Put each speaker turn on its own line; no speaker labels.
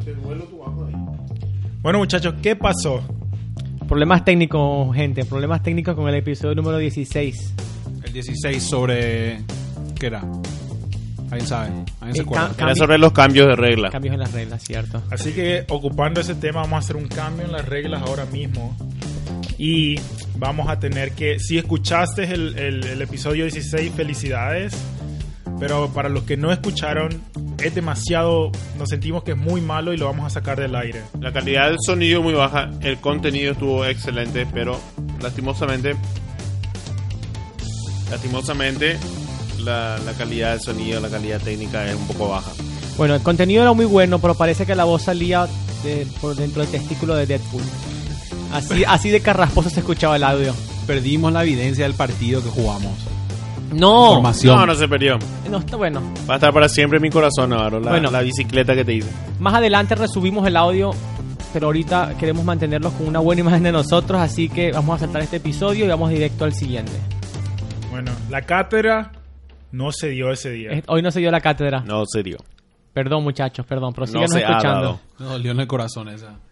ese vuelo tú bajas ahí.
Bueno, muchachos, ¿qué pasó?
Problemas técnicos, gente. Problemas técnicos con el episodio número 16.
El 16 sobre... ¿Qué era? Alguien sabe. Alguien se
Eh,
acuerda.
ca-
Era
Cambio-
sobre los cambios de regla.
Cambios en las reglas, ¿cierto?
Así que ocupando ese tema vamos a hacer un cambio en las reglas ahora mismo. Y vamos a tener que, si escuchaste el, el- el episodio 16, felicidades. Pero para los que no escucharon, es demasiado, nos sentimos que es muy malo y lo vamos a sacar del aire.
La calidad del sonido muy baja, el contenido estuvo excelente, pero lastimosamente, lastimosamente, la, la calidad del sonido, la calidad técnica es un poco baja.
Bueno, el contenido era muy bueno, pero parece que la voz salía de- por dentro del testículo de Deadpool. Así, así de carrasposo se escuchaba el audio.
Perdimos la evidencia del partido que jugamos.
No,
Formación.
No, no se perdió.
no está bueno.
Va a estar para siempre en mi corazón, Navarro, la,
Bueno.
la bicicleta que te hice.
Más adelante resubimos el audio, pero ahorita queremos mantenerlos con una buena imagen de nosotros, así que vamos a saltar este episodio y vamos directo al siguiente.
Bueno, la cátedra no se dio ese día.
Es- Hoy no se dio la cátedra.
No, serio.
Perdón, muchachos, perdón, pero
No
síganos
se ha
escuchando.
dado.
Me dolió en el corazón esa.